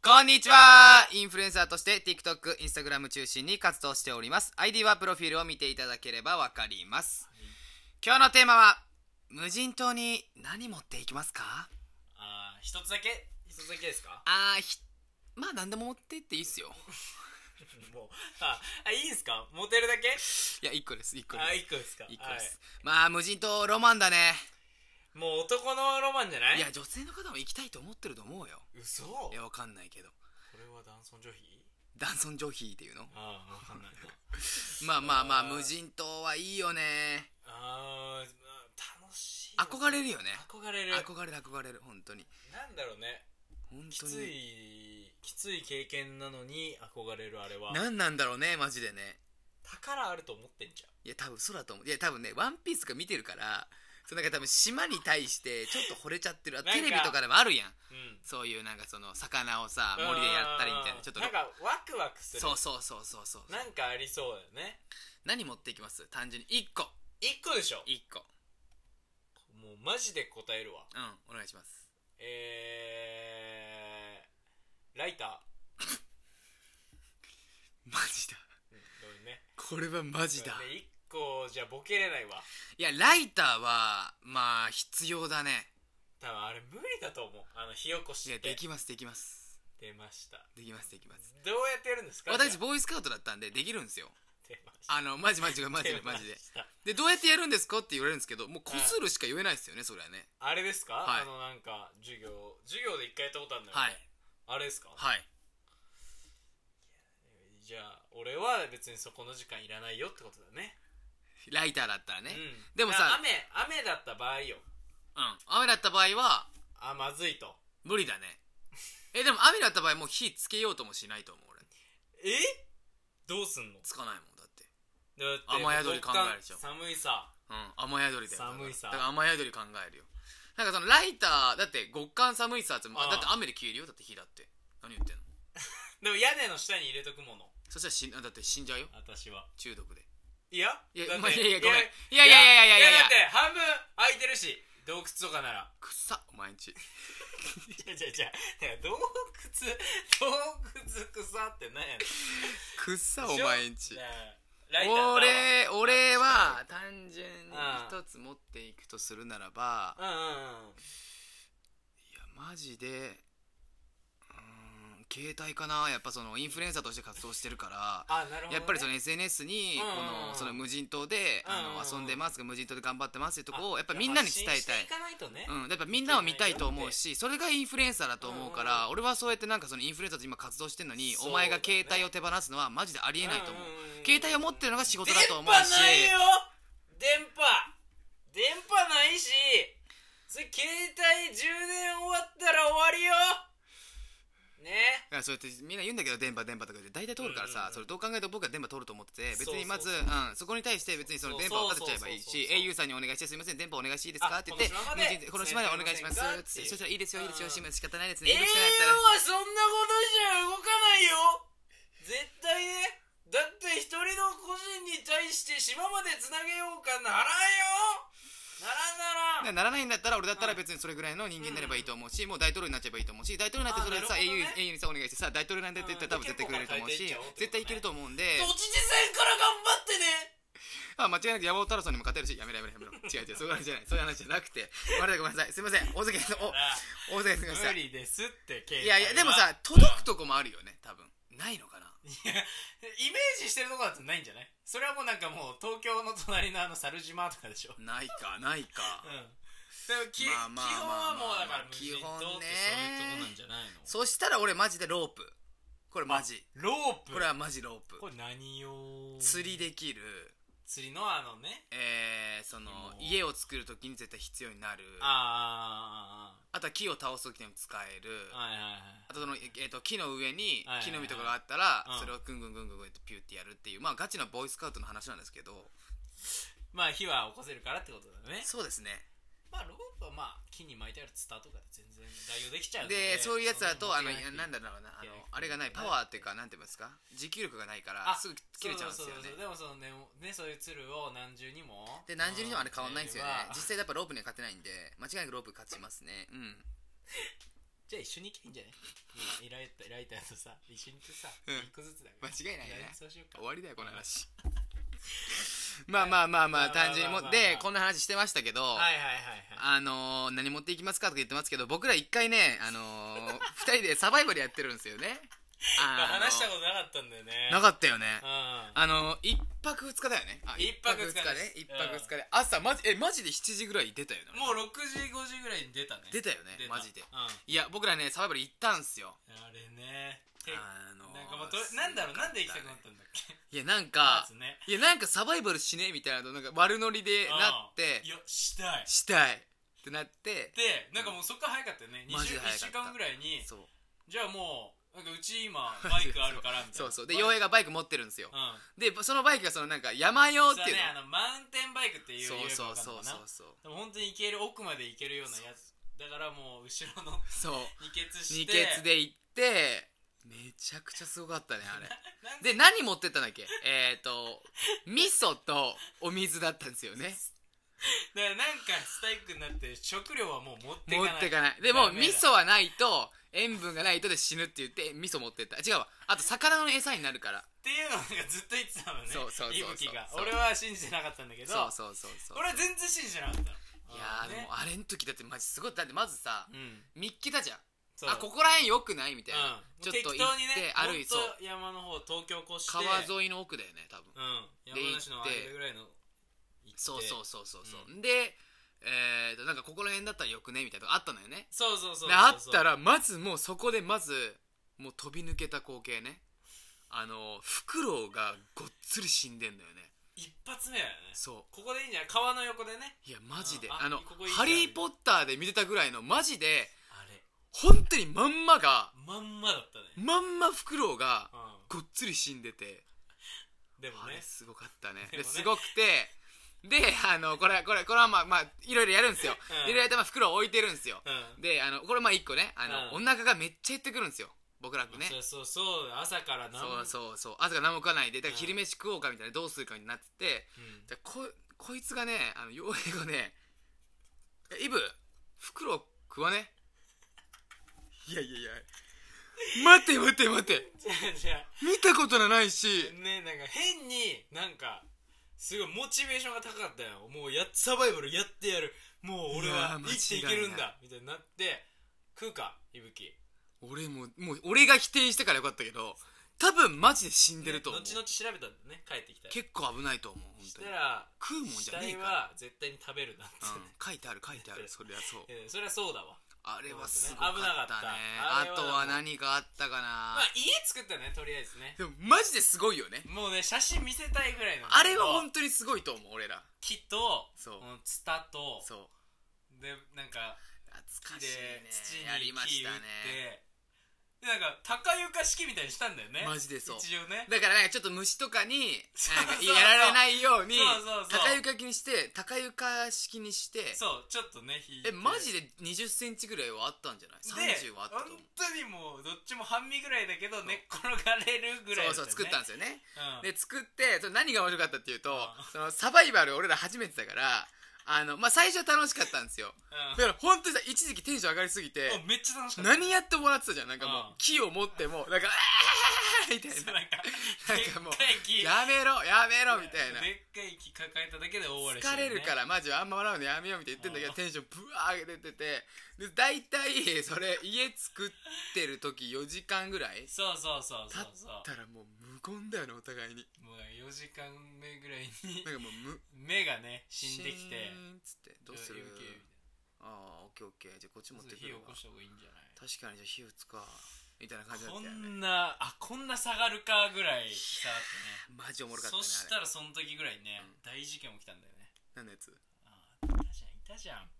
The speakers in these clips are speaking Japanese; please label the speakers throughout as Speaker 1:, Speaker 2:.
Speaker 1: こんにちはインフルエンサーとして TikTok、Instagram 中心に活動しております。ID はプロフィールを見ていただければわかります。今日のテーマは、無人島に何持っていきますか
Speaker 2: ああ一つだけ一つだけですか
Speaker 1: あー、ひ、まあ何でも持ってっていいっすよ。
Speaker 2: もうああいいんすかモテるだけ
Speaker 1: いや、1個です、1個で
Speaker 2: あ
Speaker 1: す。
Speaker 2: 一個ですか
Speaker 1: 一個です、まあ無人島ロマンだね
Speaker 2: はいもう男のロマンじゃない
Speaker 1: いや女性の方も行きたいと思ってると思うよ
Speaker 2: 嘘
Speaker 1: い
Speaker 2: これ
Speaker 1: やわかんないけど
Speaker 2: は男尊女卑
Speaker 1: 男尊女卑っていうの
Speaker 2: ああわかんないな
Speaker 1: まあまあまあ
Speaker 2: あー
Speaker 1: 無人島はいいよね
Speaker 2: あーまあ楽しい
Speaker 1: 憧れ
Speaker 2: る
Speaker 1: るよね
Speaker 2: 憧れる
Speaker 1: 憧れる憧れる本当に
Speaker 2: なんだろうね
Speaker 1: 本
Speaker 2: き
Speaker 1: 当
Speaker 2: つ
Speaker 1: に
Speaker 2: いきつい経験なのに憧れるあれは
Speaker 1: 何なんだろうねマジでね
Speaker 2: 宝あると思ってんじゃん
Speaker 1: いや多分そうだと思ういや多分ね「ワンピースとか見てるからそうなんか多分島に対してちょっと惚れちゃってるあ
Speaker 2: なんか
Speaker 1: テレビとかでもあるやん
Speaker 2: うん
Speaker 1: そういうなんかその魚をさ森でやったりみたいなちょっと
Speaker 2: なんかワクワクする
Speaker 1: そうそうそうそうそう
Speaker 2: なんかありそうだよね
Speaker 1: 何持っていきます単純に1個
Speaker 2: 一個でしょ
Speaker 1: 1個
Speaker 2: もうマジで答えるわ
Speaker 1: うんお願いします
Speaker 2: えー、ライタ
Speaker 1: マジだ
Speaker 2: ー、うん、ごめんね
Speaker 1: これはマジだ
Speaker 2: ごめんね一個じゃボケれないわ
Speaker 1: いやライターはまあ必要だね
Speaker 2: 多分あれ無理だと思うあの火起こ
Speaker 1: い
Speaker 2: し
Speaker 1: や
Speaker 2: って
Speaker 1: できますできます
Speaker 2: 出ました
Speaker 1: できますできます
Speaker 2: どうやってやるんですか
Speaker 1: 私
Speaker 2: ボ
Speaker 1: ボーイスカウトだったんでできるんですよ
Speaker 2: 出ました
Speaker 1: あのマジマジがマジで
Speaker 2: 出ま
Speaker 1: マ
Speaker 2: した
Speaker 1: ジででどうやってやるんですかって言われるんですけどもうこするしか言えないですよねそれはね
Speaker 2: あれですか、
Speaker 1: はい
Speaker 2: あのなんか授業授業で一回やったことあるんだよ、ね
Speaker 1: はい
Speaker 2: あれですか、
Speaker 1: はい
Speaker 2: じゃあ俺は別にそこの時間いらないよってことだね
Speaker 1: ライターだったらね
Speaker 2: うん
Speaker 1: でもさ
Speaker 2: 雨雨だった場合よ
Speaker 1: うん雨だった場合は
Speaker 2: あまずいと
Speaker 1: 無理だねえでも雨だった場合もう火つけようともしないと思う俺
Speaker 2: えどうすんの
Speaker 1: つかないもんだって
Speaker 2: だって
Speaker 1: 雨宿り考えるでしょ
Speaker 2: 極寒寒いさ
Speaker 1: うん、雨宿りだよ
Speaker 2: 寒いさ
Speaker 1: だからだから雨宿り考えるよなんかそのライターだって極寒寒いさって
Speaker 2: ああ
Speaker 1: だって雨で消えるよだって火だって何言ってんの
Speaker 2: でも屋根の下に入れとくもの
Speaker 1: そしたら死んあだって死んじゃうよ
Speaker 2: 私は
Speaker 1: 中毒で
Speaker 2: いや
Speaker 1: いや
Speaker 2: だって
Speaker 1: まあいやいやごめんい
Speaker 2: い
Speaker 1: やいやいやいやいやいや
Speaker 2: だって半分空いてるし洞窟とかなら
Speaker 1: くっさお前んち
Speaker 2: いやいやいやだから洞窟 洞窟草って何やねん
Speaker 1: くっさお
Speaker 2: でしょ
Speaker 1: 前んち
Speaker 2: だからライターだわ
Speaker 1: 俺俺は単純に
Speaker 2: ああ
Speaker 1: 一つ持っていくとするならば
Speaker 2: うんうんうん
Speaker 1: いやマジでうーん携帯かなやっぱそのインフルエンサーとして活動してるから
Speaker 2: あなるほどね
Speaker 1: やっぱりその SNS に
Speaker 2: う
Speaker 1: こ
Speaker 2: んうんうん
Speaker 1: のその無人島で
Speaker 2: うんうんうん
Speaker 1: あの遊んでます無人島で頑張ってますっていうとこを
Speaker 2: あ
Speaker 1: やっぱみんなに伝えたい
Speaker 2: 発信していかないとね
Speaker 1: うん、やっぱみんなは見たいと思うしそれがインフルエンサーだと思うか
Speaker 2: うんうん
Speaker 1: ら俺はそうやってなんかそのインフルエンサーと今活動してるのに
Speaker 2: そう
Speaker 1: お
Speaker 2: だね
Speaker 1: 前が携帯を手放すのはマジでありえないと思うん
Speaker 2: んんん
Speaker 1: 携帯を持ってるのが仕事だと思うし
Speaker 2: 電波ないよ電波電波ないしそれ携帯充電終わったら終わりよね
Speaker 1: だからそうやってみんな言うんだけど電波電波とかで大体通るから
Speaker 2: うんうん
Speaker 1: さ
Speaker 2: うん
Speaker 1: それどう考えても僕は電波通ると思ってて別にまず
Speaker 2: そ
Speaker 1: そ
Speaker 2: ううん
Speaker 1: こに対して別にその電波を立てちゃえばいい
Speaker 2: そうそう
Speaker 1: し
Speaker 2: そうそう
Speaker 1: au さんにお願いしてすいません電波お願いしていいですかっ
Speaker 2: あ
Speaker 1: て言って
Speaker 2: この島まで
Speaker 1: 無人この島でお願いします
Speaker 2: つながって
Speaker 1: つってそしたらいいですよいいですよ
Speaker 2: うん
Speaker 1: 島仕方ないですね
Speaker 2: 栄
Speaker 1: い
Speaker 2: 養
Speaker 1: いですよ
Speaker 2: はそんなことじゃ動かないよ絶対ねだって一人の個人に対して島までつなげようかならんよならんならん
Speaker 1: ならないんだったら俺だったら
Speaker 2: うん
Speaker 1: 別にそれぐらいの人間になればいいと思うし、もう大統領になっちゃえばいいと思うし大統領になってそれでさ、
Speaker 2: あな
Speaker 1: au,
Speaker 2: るほどね
Speaker 1: au にさお願いしてさ大統領なんだって言ったら多分絶対くれると思うし、
Speaker 2: うん
Speaker 1: 絶対いけると思うんで、
Speaker 2: 都知事選から頑張ってね
Speaker 1: あ間違いなく山本太郎さんにも勝てるしやめろやめろやめろ違う違うそういう話じゃないそういう話じゃなくて 悪いごめんなさいすいません大関さんお大関さんすいません
Speaker 2: 理ですって携
Speaker 1: いやいやでもさ届くとこもあるよね多分ないのかない
Speaker 2: やイメージしてるとこだとないんじゃないそれはもうなんかもう東京の隣のあの猿島とかでしょうん
Speaker 1: ないかないか
Speaker 2: でもき、
Speaker 1: まあまあまあまあ
Speaker 2: 基本はもうだから無人島ってそういうとこなんじゃないの
Speaker 1: そしたら俺マジでロープこれマジ
Speaker 2: ロープ
Speaker 1: これはマジロープ
Speaker 2: これ何用
Speaker 1: 釣りできる
Speaker 2: 釣りのあのね
Speaker 1: えー、その
Speaker 2: もう
Speaker 1: 家を作るときに絶対必要になるあ
Speaker 2: あ
Speaker 1: とは木を倒すときにも使える
Speaker 2: あはいはいはい
Speaker 1: あとその、ええー、と木の上に
Speaker 2: はいはいはい
Speaker 1: 木の実とかがあったら
Speaker 2: うん
Speaker 1: それをぐんぐんぐんぐんぐんってピューってやるっていうまあガチのボーイスカウトの話なんですけど
Speaker 2: まあ火は起こせるからってことだね
Speaker 1: そうですね
Speaker 2: まあロープはまあ木に巻いてあるツタとかで全然代用できちゃうの
Speaker 1: でそういうやつだとあのいやなん
Speaker 2: だ
Speaker 1: だろうなあの
Speaker 2: いや
Speaker 1: あれがないパワーっていうかなんて言いますか持久力がないから
Speaker 2: あ
Speaker 1: すぐ切れちゃうんですよね
Speaker 2: そうそうそうでもそのねねそういう鶴を何重にも
Speaker 1: で何十人もあれ変わんないんですよね
Speaker 2: うん
Speaker 1: 実際やっぱロープには勝てないんで間違いなくロープ勝ちますねうん
Speaker 2: じゃあ一緒に行けばいいんじゃない今ライターライターとさ一緒に行ってさ
Speaker 1: うん
Speaker 2: 一個ずつだ
Speaker 1: 間
Speaker 2: から
Speaker 1: 違いないよね
Speaker 2: そうしようか
Speaker 1: 終わりだよこの話 まあまあまあまあ単純にも
Speaker 2: まあまあまあまあ
Speaker 1: でこんな話してましたけど、
Speaker 2: はいはいはいはい
Speaker 1: あのー何持っていきますかとか言ってますけど僕ら一回ね、あのー、2人でサバイバルやってるんですよね
Speaker 2: まあ
Speaker 1: あのー
Speaker 2: 話したことなかったんだよね
Speaker 1: なかったよね
Speaker 2: うん
Speaker 1: あのー、1泊2日だよねあ
Speaker 2: 一泊二日
Speaker 1: 一だ
Speaker 2: です
Speaker 1: ね1泊2日で朝マジえマジで7時ぐらいに出たよね
Speaker 2: もう6時5時ぐらいに出たね
Speaker 1: 出たよね
Speaker 2: 出た
Speaker 1: マジで
Speaker 2: うんあ
Speaker 1: いや僕らねサバイバル行ったんすよ
Speaker 2: れねて
Speaker 1: あのー
Speaker 2: なんかもうとなんだろうなんで行きたくなったんだっけ
Speaker 1: いやなん
Speaker 2: ま
Speaker 1: か
Speaker 2: ずね
Speaker 1: いやなんかサバイバルしねえみたいなのなんか悪ノリでなっ
Speaker 2: うん
Speaker 1: て
Speaker 2: いやしたい
Speaker 1: したいってなって
Speaker 2: でなんかもうそっから早かったよね
Speaker 1: マジで
Speaker 2: 20 1週
Speaker 1: 早かった
Speaker 2: 間ぐらいに
Speaker 1: そう
Speaker 2: じゃあもうなんかうち今バイクあるからみたいな
Speaker 1: そうそうで
Speaker 2: バイク
Speaker 1: 洋平がバイク持ってるんですよ
Speaker 2: うん
Speaker 1: でそのバイクがそのなんか山用って
Speaker 2: 実は
Speaker 1: いう
Speaker 2: ね
Speaker 1: の
Speaker 2: あのマウンテンバイクっていう
Speaker 1: そうそうそう
Speaker 2: よくわか
Speaker 1: そう
Speaker 2: んないか
Speaker 1: そう
Speaker 2: なでも本当に行ける奥まで行けるようなやつだからもう後 ろの
Speaker 1: そう
Speaker 2: 二欠
Speaker 1: 二
Speaker 2: して
Speaker 1: 欠で行ってめちゃくちゃすごかったねあれ
Speaker 2: なん
Speaker 1: で何持ってったんだっけえっ、ー、と味噌とお水だったんですよね
Speaker 2: だからなんかスタイクになって食料はもう持ってか
Speaker 1: 持
Speaker 2: ない
Speaker 1: ってかないでも
Speaker 2: ダメだ
Speaker 1: 味噌はないと塩分がないとで死ぬって言って味噌持ってった違うわあと魚の餌になるから
Speaker 2: っていうのがずっと言ってたのね
Speaker 1: そうそうそうそう
Speaker 2: いぶきが
Speaker 1: そう
Speaker 2: 俺は信じてなかったんだけど
Speaker 1: そうそうそうそう
Speaker 2: 俺は全然信じてなかった
Speaker 1: いやーでもあれの時だってマジすごいだってまずさ
Speaker 2: うんねう
Speaker 1: 見っ
Speaker 2: ん
Speaker 1: けたじゃん
Speaker 2: そう
Speaker 1: あここら辺よくないみたいな、
Speaker 2: うん
Speaker 1: ちょっと行っ
Speaker 2: 適
Speaker 1: て
Speaker 2: 当
Speaker 1: 歩
Speaker 2: にね
Speaker 1: い
Speaker 2: ほ
Speaker 1: そう
Speaker 2: んと山の方東京越して
Speaker 1: 川沿いの奥だよね多分
Speaker 2: うん
Speaker 1: で
Speaker 2: 山梨の
Speaker 1: 行っ
Speaker 2: あ
Speaker 1: て
Speaker 2: れぐらいの行って
Speaker 1: そうそうそうそうそう、でえー、となんかここら辺だったらよくねみたいなとこあったのよね
Speaker 2: そうそうそうそう
Speaker 1: であったらまずもうそこでまずもう飛び抜けた光景ねあのフクロウがごっつり死んでんだよね
Speaker 2: 一発目だよね
Speaker 1: そ
Speaker 2: ここでいいんじゃない川の横でね
Speaker 1: ういやマジで
Speaker 2: うん
Speaker 1: あ
Speaker 2: あ
Speaker 1: の
Speaker 2: ここいいじゃん
Speaker 1: ハリー・ポッター」で見てたぐらいのマジで
Speaker 2: あれ
Speaker 1: 本当にまんまが
Speaker 2: まんまだったね
Speaker 1: まんまフクロウが
Speaker 2: う
Speaker 1: ごっつり死んでて
Speaker 2: んでも
Speaker 1: あ
Speaker 2: ね
Speaker 1: れすごかったね
Speaker 2: でも
Speaker 1: で
Speaker 2: ね
Speaker 1: すごくてであのこれこれこれはまあまあいろいろやるんですよ、
Speaker 2: う
Speaker 1: いろ
Speaker 2: ん
Speaker 1: いろやってまあ袋を置いてるんですよ、
Speaker 2: うん
Speaker 1: であのこれまあ一個ねあの、
Speaker 2: うん
Speaker 1: お腹がめっちゃ減ってくるんですよ僕らくね
Speaker 2: そうそうそう朝から何
Speaker 1: そうそうそう朝が何も食わないでだか
Speaker 2: う
Speaker 1: ら
Speaker 2: ん
Speaker 1: 昼飯食おうかみたいなどうするかになってて
Speaker 2: うん
Speaker 1: でここいつがねあの傭兵がね「えイブ袋食わね」いやいやいや待って待って待って
Speaker 2: じゃあじゃあ
Speaker 1: 見たことないし
Speaker 2: ねなんか変になんかすごいモチベーションが高かったよもうやっサバイバルやってやるもう俺はい
Speaker 1: やー
Speaker 2: 生きていけるん
Speaker 1: 間違い
Speaker 2: だみたいになって食うかいぶき
Speaker 1: 俺ももう俺が否定してからよかったけど多分マジで死んでると思う、
Speaker 2: 後々調べたんだね帰ってきたら
Speaker 1: 結構危ないと思う本
Speaker 2: し
Speaker 1: 当に
Speaker 2: たら
Speaker 1: 食うもん
Speaker 2: 死
Speaker 1: じゃねえ
Speaker 2: 体
Speaker 1: か
Speaker 2: は絶対に食べるなって
Speaker 1: ら、うん、書いてある書いてあるそりゃそう
Speaker 2: えーそれはそうだわ
Speaker 1: あれはすご
Speaker 2: そうですね危なか
Speaker 1: かっ
Speaker 2: っ
Speaker 1: たたねあ
Speaker 2: あれは
Speaker 1: とは何があったかな
Speaker 2: まあ家作ったねとりあえずね
Speaker 1: でもマジですごいよね
Speaker 2: もうね写真見せたいぐらいの
Speaker 1: あれは本当にすごいと思う俺ら
Speaker 2: 木と
Speaker 1: そう
Speaker 2: うんツタと
Speaker 1: そう
Speaker 2: でなんか
Speaker 1: 懐か
Speaker 2: で
Speaker 1: しいね
Speaker 2: 土に
Speaker 1: やりまし
Speaker 2: 木打
Speaker 1: た
Speaker 2: っ
Speaker 1: ね
Speaker 2: てでなんか高床式みたいにしたんだよね
Speaker 1: マジでそう
Speaker 2: 一応ね
Speaker 1: だからなんかちょっと虫とかに
Speaker 2: そう
Speaker 1: なんか
Speaker 2: そうそう
Speaker 1: やられないように
Speaker 2: そうそうそう
Speaker 1: 高床式にして高床式にして
Speaker 2: そうちょっとね引いて
Speaker 1: えマジで2 0ンチぐらいはあったんじゃない
Speaker 2: で
Speaker 1: 30はあったと思う
Speaker 2: 本当にもうどっちも半身ぐらいだけど寝っ転がれるぐらいだ
Speaker 1: そうそう作ったんで
Speaker 2: で
Speaker 1: すよね
Speaker 2: す、うん、
Speaker 1: で作ってそれ何が面白かったっていうと
Speaker 2: うん
Speaker 1: そのサバイバル俺ら初めてだからあの、まあ、最初は楽しかったんですよだから本当にさ一時期テンション上がりすぎて
Speaker 2: うん、おめっちゃ楽しかった
Speaker 1: 何やってもらってたじゃんなんかもう
Speaker 2: うん
Speaker 1: 木を持って もなんか「あー!」みたい
Speaker 2: そう
Speaker 1: な
Speaker 2: なんか
Speaker 1: なんかもう
Speaker 2: でっかい
Speaker 1: 「
Speaker 2: 木
Speaker 1: やめろやめろ」みたいな
Speaker 2: でっかい木抱えただけで大笑いして
Speaker 1: 疲れるかららマジあんま笑うのやめようみたいな言ってんだけ
Speaker 2: う
Speaker 1: ど
Speaker 2: ん
Speaker 1: テンションブワー上げててで大体それ家作ってる時4時間ぐらい
Speaker 2: そうそうそう
Speaker 1: 経
Speaker 2: そ
Speaker 1: っ
Speaker 2: うそう
Speaker 1: たらもう無言だよねお互いに
Speaker 2: もう4時間目ぐらいに
Speaker 1: なんかもう無
Speaker 2: 目がね死んできて
Speaker 1: シーンっつってどうする
Speaker 2: 余計みたいな
Speaker 1: ああオッケーオッケーじゃあこっち持ってく
Speaker 2: 火
Speaker 1: るわ
Speaker 2: を起こした方がいいんじゃない
Speaker 1: 確かにじゃあ火打つかみたいな感じだっ
Speaker 2: こ
Speaker 1: たよね
Speaker 2: んなあこんな下がるかぐらい下がっ
Speaker 1: マ ジおもろ
Speaker 2: た
Speaker 1: か
Speaker 2: ね
Speaker 1: ったね
Speaker 2: そし
Speaker 1: あ
Speaker 2: たらその時ぐらいね、
Speaker 1: う
Speaker 2: 大事件起きたんだよね
Speaker 1: れ何のやつ
Speaker 2: あーいたじゃんいたじゃん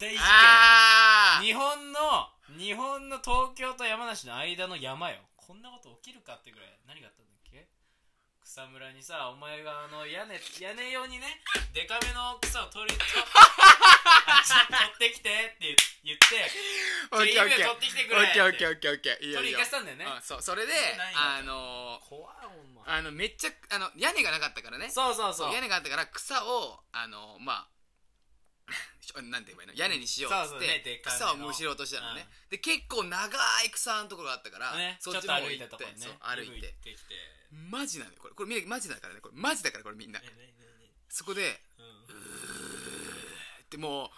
Speaker 2: 大事
Speaker 1: あ
Speaker 2: 件日本の日本の東京と山梨の間の山よこんなこと起きるかってぐらい何があったんだっけ草むらにさお前があの屋根屋根用にねデカめの草を取りとあちょっと取ってきてって言って
Speaker 1: あオッケーオッケー
Speaker 2: じゃあ指を取ってきてくれ
Speaker 1: オッケーオッケーオッケーオッケーいいよいい
Speaker 2: 取り
Speaker 1: よ
Speaker 2: 行かせたんだよね
Speaker 1: うんそうそれで
Speaker 2: 何が
Speaker 1: あの
Speaker 2: 怖いほんま
Speaker 1: あのめっちゃあの屋根がなかったからね
Speaker 2: そうそうそう
Speaker 1: 屋根があったから草をあのまあしょ なんて言えばいいの屋根にしようっつ
Speaker 2: そう
Speaker 1: っ
Speaker 2: そうねでってかめの
Speaker 1: 草をむしろうとしたのね、
Speaker 2: うん
Speaker 1: で結構長い草のところがあったから、
Speaker 2: ねちょ
Speaker 1: そ
Speaker 2: っ
Speaker 1: っ
Speaker 2: と
Speaker 1: ちの方
Speaker 2: 歩い
Speaker 1: 行
Speaker 2: た
Speaker 1: って
Speaker 2: ところね
Speaker 1: そう歩い
Speaker 2: 行っててきて
Speaker 1: マジなのよこれこれみんなマジだからねこれマジだからこれみんな
Speaker 2: え何何
Speaker 1: そこで
Speaker 2: うん
Speaker 1: でも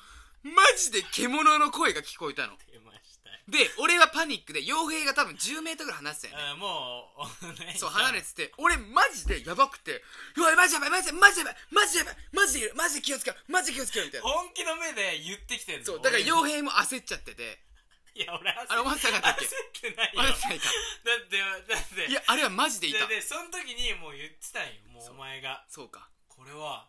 Speaker 1: うマジで獣の声が聞こえたの
Speaker 2: 出ました
Speaker 1: で俺はパニックで傭兵が多分1 0ートルぐらい離してたよね
Speaker 2: あもう、 ね、
Speaker 1: そう離れてて俺マジでやばくて「うわマジやばいマジやばいマジやばいマジやばいマジでいるマジで気をつけろマジで気をつけろ」みたいな
Speaker 2: 本気の目で言ってきてんの
Speaker 1: そうだから傭
Speaker 2: よ
Speaker 1: 兵も焦っちゃってて
Speaker 2: いや俺焦っ
Speaker 1: あれ思ってなかったっけ
Speaker 2: 焦ってないよ
Speaker 1: あ
Speaker 2: だ
Speaker 1: れ
Speaker 2: っ
Speaker 1: じゃないか
Speaker 2: てだって
Speaker 1: いやあれはマジでいた
Speaker 2: ででその時にもう言ってたんよも
Speaker 1: そう
Speaker 2: うお前が
Speaker 1: そうか
Speaker 2: これは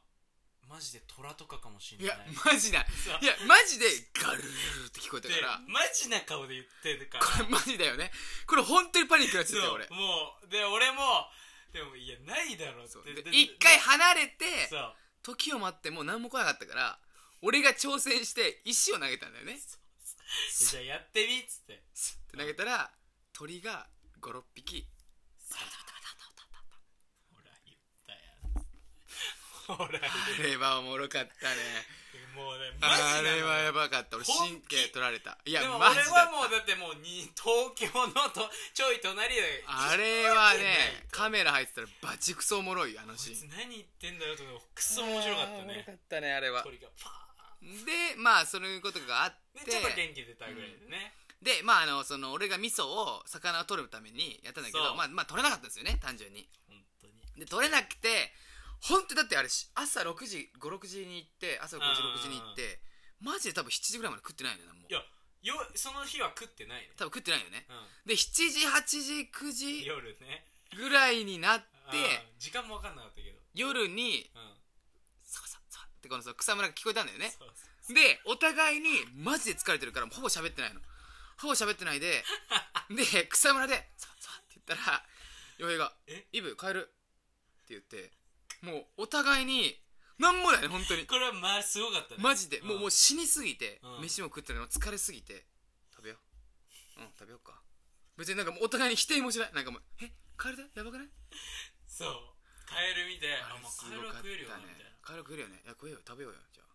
Speaker 2: マジで虎とかかもし
Speaker 1: い
Speaker 2: れない
Speaker 1: やマジだいやマジでガルルルルって聞こえた
Speaker 2: で
Speaker 1: から
Speaker 2: マジな顔で言ってるから
Speaker 1: これマジだよねこれ本当にパニックになっちゃったよ俺
Speaker 2: そうもうで俺もでもいやないだろうっ
Speaker 1: そう
Speaker 2: て
Speaker 1: で
Speaker 2: で
Speaker 1: 一回離れて
Speaker 2: そう
Speaker 1: 時を待ってもう何も来なかったから俺が挑戦して石を投げたんだよね
Speaker 2: じゃあやってみっつって
Speaker 1: スッて投げたら鳥が56匹
Speaker 2: ほら言ったやんほら言っ
Speaker 1: あれはおもろかったね
Speaker 2: たもうねマジ
Speaker 1: あ
Speaker 2: なの
Speaker 1: れはやばかった俺
Speaker 2: 本
Speaker 1: 神
Speaker 2: 気
Speaker 1: 経取られたいや
Speaker 2: でも
Speaker 1: マジ
Speaker 2: 俺
Speaker 1: だ
Speaker 2: はもうだってもうに東京のとちょい隣で
Speaker 1: あれはねカ
Speaker 2: こ
Speaker 1: メラ入ってたらバチクソおもろいよあのシ
Speaker 2: いつ
Speaker 1: ーン
Speaker 2: 何言ってんだろうとかクソ面白かっ
Speaker 1: あ
Speaker 2: た
Speaker 1: ーおもろか
Speaker 2: ね
Speaker 1: ったねあれは
Speaker 2: 鳥がパ
Speaker 1: でまあそういうことがあっ
Speaker 2: ーンで
Speaker 1: て
Speaker 2: ちょっと元気出たぐらいでね、
Speaker 1: でまああのその俺が味噌を魚を取るためにやったんだけ
Speaker 2: そ
Speaker 1: ど
Speaker 2: う
Speaker 1: まあまあ取れなかったんですよね単純に
Speaker 2: 本当に
Speaker 1: で取れなくて本当にだってあれし朝6時56時に行って朝5時
Speaker 2: うん
Speaker 1: 6時に行ってマジで多分7時ぐらいまで食ってないのよもう
Speaker 2: いやよその日は食ってないね、
Speaker 1: 多分食ってないよね
Speaker 2: う
Speaker 1: で7時8時
Speaker 2: ん、
Speaker 1: 9
Speaker 2: 夜ね
Speaker 1: 時ぐらいになって
Speaker 2: あー時間も分かんなかったけど、
Speaker 1: 夜に
Speaker 2: うん、
Speaker 1: サワサワサワってこのその草むらが聞こえたんだよね
Speaker 2: そうそう
Speaker 1: でお互いにマジで疲れてるからもうほぼ喋ってないのほぼ喋ってない でで草むらで「サワサワ」って言ったら嫁が
Speaker 2: え
Speaker 1: 「イブ帰る」って言ってもうお互いになんもだよね本当に
Speaker 2: これはまあすごかったね
Speaker 1: マジで、もうもう
Speaker 2: し
Speaker 1: 死にすぎて、
Speaker 2: うん
Speaker 1: 飯も食ってないの疲れすぎて食べよううん食べようか別になんかもうお互いに否定もしないなんかもう「えカエルだやばくない?
Speaker 2: そうカエル見てあもう
Speaker 1: す
Speaker 2: カエ
Speaker 1: ご
Speaker 2: ル
Speaker 1: か
Speaker 2: は
Speaker 1: ったね」
Speaker 2: 食えるよなみたいな
Speaker 1: カエル食えるよねいや食えよ食べようよじゃあ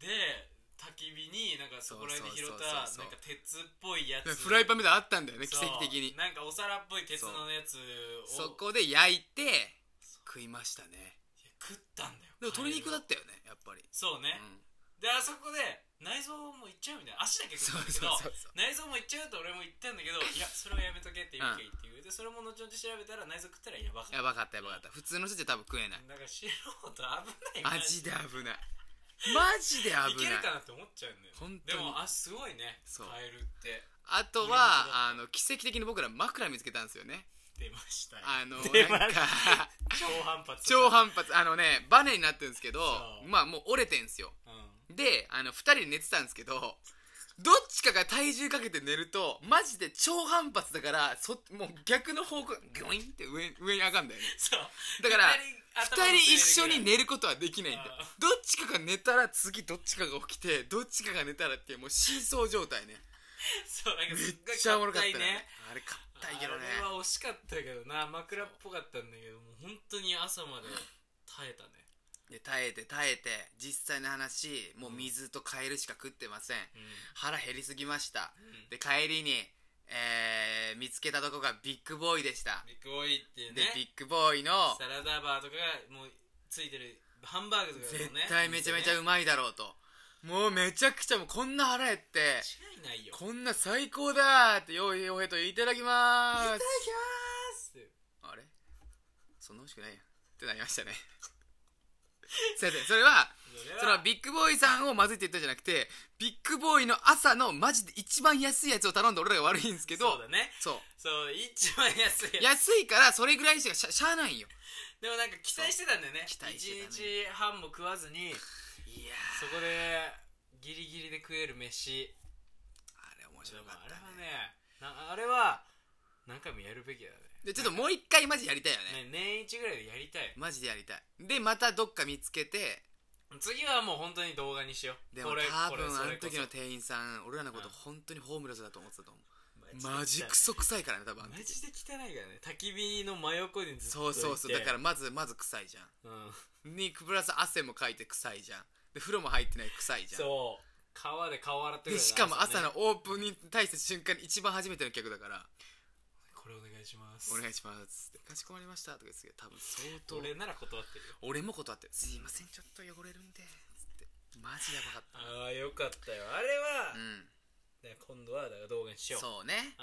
Speaker 2: で焚き火になんかそこら辺で拾った
Speaker 1: そうそうそうそう
Speaker 2: なんか鉄っぽいや
Speaker 1: で
Speaker 2: つ
Speaker 1: フライパンみたいなのあったんだよね奇
Speaker 2: そう
Speaker 1: 跡的に
Speaker 2: なんかお皿っぽい鉄のやつ
Speaker 1: そ
Speaker 2: を
Speaker 1: こで焼いて食いましたね
Speaker 2: いや食ったんだよ
Speaker 1: でも鶏肉だ
Speaker 2: カ
Speaker 1: った
Speaker 2: エル
Speaker 1: よねやっぱり、
Speaker 2: そうね、
Speaker 1: うん
Speaker 2: であそこで内臓もいっちゃうみたいな足だけ食
Speaker 1: そう
Speaker 2: ったんだけ
Speaker 1: そう
Speaker 2: ど
Speaker 1: そうそう
Speaker 2: 内臓もいっちゃうと俺も言ったんだけどいやそれはやめとけって言うけって言うでそれも後々調べたら内臓食ったらやばかった
Speaker 1: やばかったやばかった普通の人じゃ多分食えない
Speaker 2: なんか素人危ない
Speaker 1: 味で危ないマジで危ない
Speaker 2: いけるかなって思っちゃうんだよ
Speaker 1: 本当
Speaker 2: で
Speaker 1: に
Speaker 2: もあすごいね
Speaker 1: そう
Speaker 2: カエルって
Speaker 1: あとはあの奇跡的に僕ら枕見つけたんですよね
Speaker 2: 出ましたよ
Speaker 1: あの
Speaker 2: 出ま
Speaker 1: なんか
Speaker 2: 超反発
Speaker 1: 超反発あのねバネになってるんですけど
Speaker 2: そう
Speaker 1: まあもう折れてんすよ
Speaker 2: うん
Speaker 1: であの2人で寝てたんですけどどっちかが体重かけて寝るとマジで超反発だからそもう逆の方向ギョインって上上に上がるんだよね
Speaker 2: そう
Speaker 1: だから
Speaker 2: 二
Speaker 1: 2人一緒に寝ることはできないんだ
Speaker 2: あ
Speaker 1: どっちかが寝たら次どっちかが起きてどっちかが寝たらっていうもう真相状態ね
Speaker 2: そうなん
Speaker 1: め
Speaker 2: かすっごい
Speaker 1: っちゃおもろかった
Speaker 2: 硬
Speaker 1: よ
Speaker 2: い
Speaker 1: ね
Speaker 2: ね
Speaker 1: あれ硬いけどね
Speaker 2: あれは惜しかったけどな枕っぽかったんだけどもう本当に朝まで耐えたね
Speaker 1: で耐えて耐えて実際の話もう水とカエルしか食ってません腹減りすぎました
Speaker 2: うんうん
Speaker 1: で帰りに、えー見つけたとこがビッグボーイでした
Speaker 2: ビッグボーイっていう
Speaker 1: でビ
Speaker 2: ね
Speaker 1: ッグボーイの
Speaker 2: サラダバーとかがもうついてるハンバーグとか
Speaker 1: 絶
Speaker 2: もね
Speaker 1: 対めちゃめちゃ
Speaker 2: う
Speaker 1: うまいだろうともうめちゃくちゃもうこんな腹減って
Speaker 2: 違いないよ
Speaker 1: こんな最高だーってよいよいといただきま
Speaker 2: いただき
Speaker 1: す
Speaker 2: ます
Speaker 1: あれそんな美味しくないやんってなりましたね 先生それはそ
Speaker 2: そ
Speaker 1: れ
Speaker 2: れ
Speaker 1: は
Speaker 2: は
Speaker 1: ビッグボーイさんをまずいって言ったんじゃなくてビッグボーイの朝のマジで一番安いやつを頼んで俺らが悪いんですけど
Speaker 2: そうだね
Speaker 1: そう
Speaker 2: そう一番安いやつ
Speaker 1: 安いからそれぐらいしかしゃしゃあないんよ
Speaker 2: でもなんか期待してたんだよね
Speaker 1: 期待してたね
Speaker 2: 1日半も食わずに
Speaker 1: いや
Speaker 2: そこでギリギリで食える飯
Speaker 1: あれ面
Speaker 2: で
Speaker 1: 白
Speaker 2: も
Speaker 1: かっ
Speaker 2: あれ
Speaker 1: た
Speaker 2: は
Speaker 1: ね
Speaker 2: ねなあれは何回もやるべきだね
Speaker 1: でちょっともう一回マジやりたいよね
Speaker 2: ね年一ぐらいでやりたい
Speaker 1: マジでやりたいでまたどっか見つけて
Speaker 2: 次はもう本当に動画にしよう
Speaker 1: でも
Speaker 2: これ
Speaker 1: 多
Speaker 2: これ
Speaker 1: 分あ
Speaker 2: そ
Speaker 1: の
Speaker 2: れこ
Speaker 1: 時
Speaker 2: そ
Speaker 1: の店員さん俺らのこと
Speaker 2: うん
Speaker 1: 本当にホームレスだと思ってたと思う
Speaker 2: マ
Speaker 1: マ
Speaker 2: ジ
Speaker 1: ジ
Speaker 2: で
Speaker 1: クソ臭いからね多分あの
Speaker 2: マ
Speaker 1: 時
Speaker 2: ジで汚いからね焚き火の真横にずっと
Speaker 1: そうそうそうだかららまずまず臭いじゃん
Speaker 2: うん
Speaker 1: にプラス汗もかいて臭いじゃんで風呂も入ってない臭いじゃん
Speaker 2: そう川で顔洗ってく
Speaker 1: で
Speaker 2: れ
Speaker 1: しかも朝のオープンに対して瞬間に一番初めての客だから
Speaker 2: これお願いしま
Speaker 1: 「
Speaker 2: す
Speaker 1: お願いします」って「かしこまりました」とか言って多分相当
Speaker 2: 俺なら断ってるよ
Speaker 1: 俺も断って「すいませんちょっと汚れるんで」つってマジやばかった
Speaker 2: ああよかったよあれは
Speaker 1: う、ん
Speaker 2: ね今度はだから動画にしようう、
Speaker 1: そうね
Speaker 2: ん、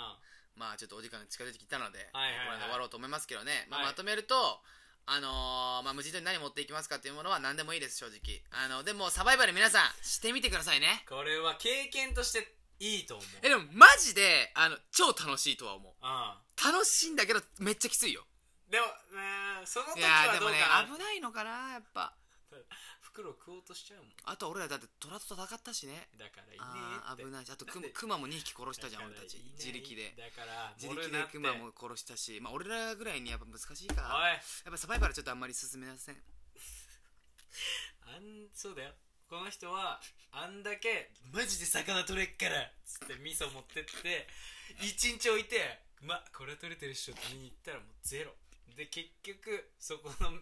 Speaker 1: まあちょっとお時間が近づいてきたので、
Speaker 2: はいはいは
Speaker 1: この
Speaker 2: い
Speaker 1: 辺で終わろうと思いますけどね、まあ、
Speaker 2: はい
Speaker 1: まとめると、あのーまあ、無人島に何持っていきますかっていうものは何でもいいです正直あのでもサバイバル皆さんしてみてくださいね
Speaker 2: これは経験としていいと思う
Speaker 1: えでもマジであの超楽しいとは思う
Speaker 2: う
Speaker 1: 楽しいんだけどめっちゃきついよ
Speaker 2: んでもうんその
Speaker 1: い
Speaker 2: 時
Speaker 1: やー
Speaker 2: は
Speaker 1: で
Speaker 2: ど
Speaker 1: も
Speaker 2: う
Speaker 1: ね
Speaker 2: かな、
Speaker 1: 危ないのかなやっぱ
Speaker 2: 袋食おうとしちゃうもん
Speaker 1: あと俺らだって虎と戦ったしね
Speaker 2: だからいいね
Speaker 1: あ
Speaker 2: っ
Speaker 1: ー
Speaker 2: て
Speaker 1: 危ないしあとク
Speaker 2: なんで
Speaker 1: マも2匹殺した
Speaker 2: だ
Speaker 1: じゃ
Speaker 2: か
Speaker 1: ん
Speaker 2: ら
Speaker 1: 俺たち
Speaker 2: いいね
Speaker 1: 自力で
Speaker 2: だから
Speaker 1: 自力
Speaker 2: 盛るな
Speaker 1: で
Speaker 2: って
Speaker 1: クマも殺したしまあ俺らぐらいにやっぱ難しいか
Speaker 2: おい
Speaker 1: やっぱサバイバルちょっとあんまり進めません
Speaker 2: あんそうだよこの人はあんだけマジで魚取れっからっつって味噌持ってって一日置いてまこれ取れてるっしょって見に行ったらもうゼロで結局そこの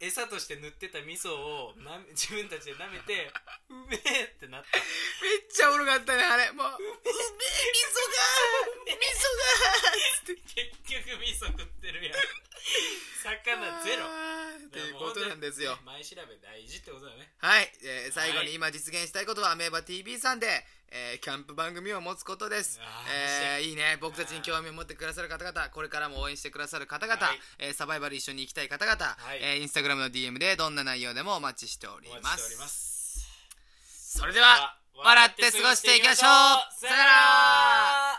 Speaker 2: 餌として塗ってた味噌をなめ自分たちで舐めてうめえってなった
Speaker 1: めっちゃおもろかったねあれもう「うめえ味噌が味噌が!」って
Speaker 2: 結局味噌食ってるやん魚ゼロ
Speaker 1: ロっていうことなんですよ
Speaker 2: 前調べ大事ってことだね
Speaker 1: はい、えー最後
Speaker 2: は
Speaker 1: に
Speaker 2: い
Speaker 1: 今実現したいことはアメーバ TV さんで、えーキャンプ番組を持つことです
Speaker 2: あ、
Speaker 1: え
Speaker 2: ー
Speaker 1: ーいいね僕たちに興味を持ってくださる方々これからも応援してくださる方々、
Speaker 2: はい
Speaker 1: えーサバイバル一緒に行きたい方々、
Speaker 2: い
Speaker 1: えーインスタグラムの DM でどんな内容でもお待ちしており
Speaker 2: お待
Speaker 1: ま
Speaker 2: ち
Speaker 1: す
Speaker 2: しております
Speaker 1: それでは笑って過ごしていきましょうさよなら